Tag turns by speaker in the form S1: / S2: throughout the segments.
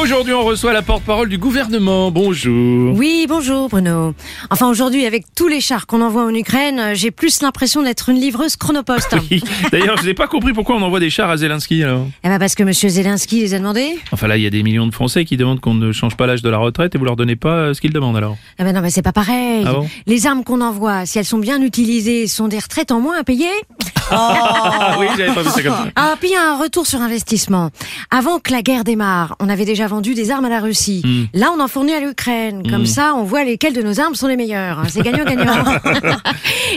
S1: Aujourd'hui, on reçoit la porte-parole du gouvernement. Bonjour.
S2: Oui, bonjour Bruno. Enfin aujourd'hui, avec tous les chars qu'on envoie en Ukraine, euh, j'ai plus l'impression d'être une livreuse chronopost.
S1: D'ailleurs, je n'ai pas compris pourquoi on envoie des chars à Zelensky alors.
S2: Eh ben parce que Monsieur Zelensky les a demandés.
S1: Enfin là, il y a des millions de Français qui demandent qu'on ne change pas l'âge de la retraite et vous leur donnez pas euh, ce qu'ils demandent alors.
S2: Eh ben non, mais c'est pas pareil.
S1: Ah bon
S2: les armes qu'on envoie, si elles sont bien utilisées, sont des retraites en moins à payer.
S1: Ah oui, j'avais pas vu ça comme ça.
S2: Ah, puis il y a un retour sur investissement. Avant que la guerre démarre, on avait déjà vendu des armes à la Russie.
S1: Hmm.
S2: Là, on en fournit à l'Ukraine. Comme ça, on voit lesquelles de nos armes sont les meilleures. C'est gagnant-gagnant.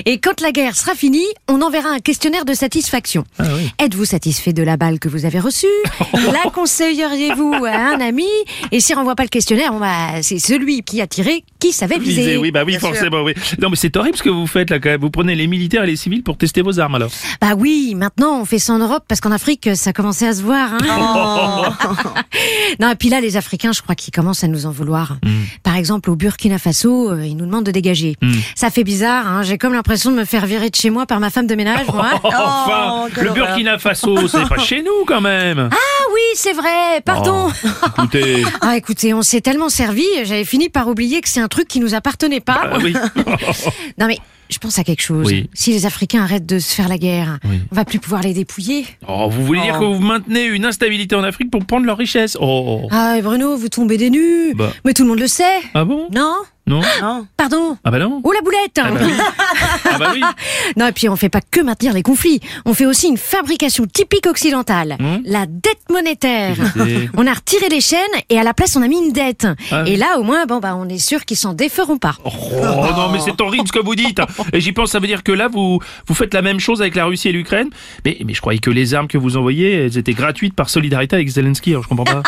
S2: Et quand la guerre sera finie, on enverra un questionnaire de satisfaction.
S1: Ah oui.
S2: Êtes-vous satisfait de la balle que vous avez reçue La conseilleriez-vous à un ami Et si on renvoie pas le questionnaire, on va... c'est celui qui a tiré qui savait viser.
S1: oui, bah oui, forcément, oui. Non, mais c'est horrible ce que vous faites là quand même. Vous prenez les militaires et les civils pour tester vos armes alors.
S2: Bah oui, maintenant on fait ça en Europe parce qu'en Afrique ça commençait à se voir. Hein.
S1: Oh.
S2: non et puis là les Africains, je crois qu'ils commencent à nous en vouloir.
S1: Mm.
S2: Par exemple au Burkina Faso, euh, ils nous demandent de dégager. Ça fait bizarre. Hein, J'ai comme l'impression de me faire virer de chez moi par ma femme de ménage. moi. Ah
S1: enfin, le Burkina Faso, c'est pas chez nous quand même.
S2: Ah oui, c'est vrai. Pardon.
S1: Oh. Écoutez.
S2: Ah écoutez, on s'est tellement servi, j'avais fini par oublier que c'est un truc qui nous appartenait pas.
S1: Ah oui.
S2: Non mais je pense à quelque chose.
S1: Oui.
S2: Si les Africains arrêtent de se faire la guerre, on va plus pouvoir les dépouiller.
S1: Oh, vous voulez dire que vous maintenez une instabilité en Afrique pour prendre leur richesse Oh.
S2: Ah et Bruno, vous tombez des nues.
S1: Bah.
S2: Mais tout le monde le sait.
S1: Ah bon
S2: Non
S1: Non
S2: Pardon
S1: Ah bah non
S2: Oh la boulette
S1: Ah bah oui. Ah bah oui.
S2: Non, et puis on fait pas que maintenir les conflits, on fait aussi une fabrication typique occidentale,
S1: Hmm.
S2: la dette monétaire.
S1: Je sais.
S2: on a retiré les chaînes et à la place on a mis une dette.
S1: Ah.
S2: Et là au moins, bon bah on est sûr qu'ils s'en déferont pas.
S1: Oh, non mais c'est horrible ce que vous dites Et j'y pense, ça veut dire que là vous vous faites la même chose avec la Russie et l'Ukraine mais, mais je croyais que les armes que vous envoyez elles étaient gratuites par solidarité avec Zelensky, alors je comprends pas.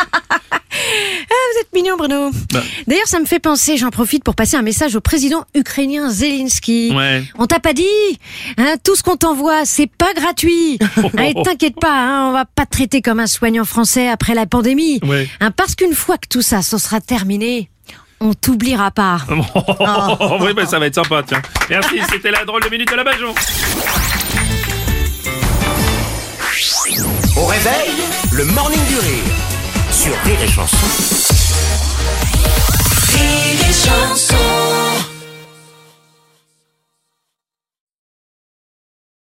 S2: Vous êtes mignon Bruno.
S1: Bah.
S2: D'ailleurs ça me fait penser, j'en profite pour passer un message au président ukrainien Zelensky.
S1: Ouais.
S2: On t'a pas dit hein, Tout ce qu'on t'envoie, c'est pas gratuit. Allez, t'inquiète pas, hein, on va pas te traiter comme un soignant français après la pandémie.
S1: Ouais.
S2: Hein, parce qu'une fois que tout ça, ce sera terminé, on t'oubliera pas.
S1: oui bah ça va être sympa tiens. Merci, c'était la drôle de minute de la Bajon.
S3: Au réveil, le morning du rire sur Rire et Chanson.
S4: Rire et chanson.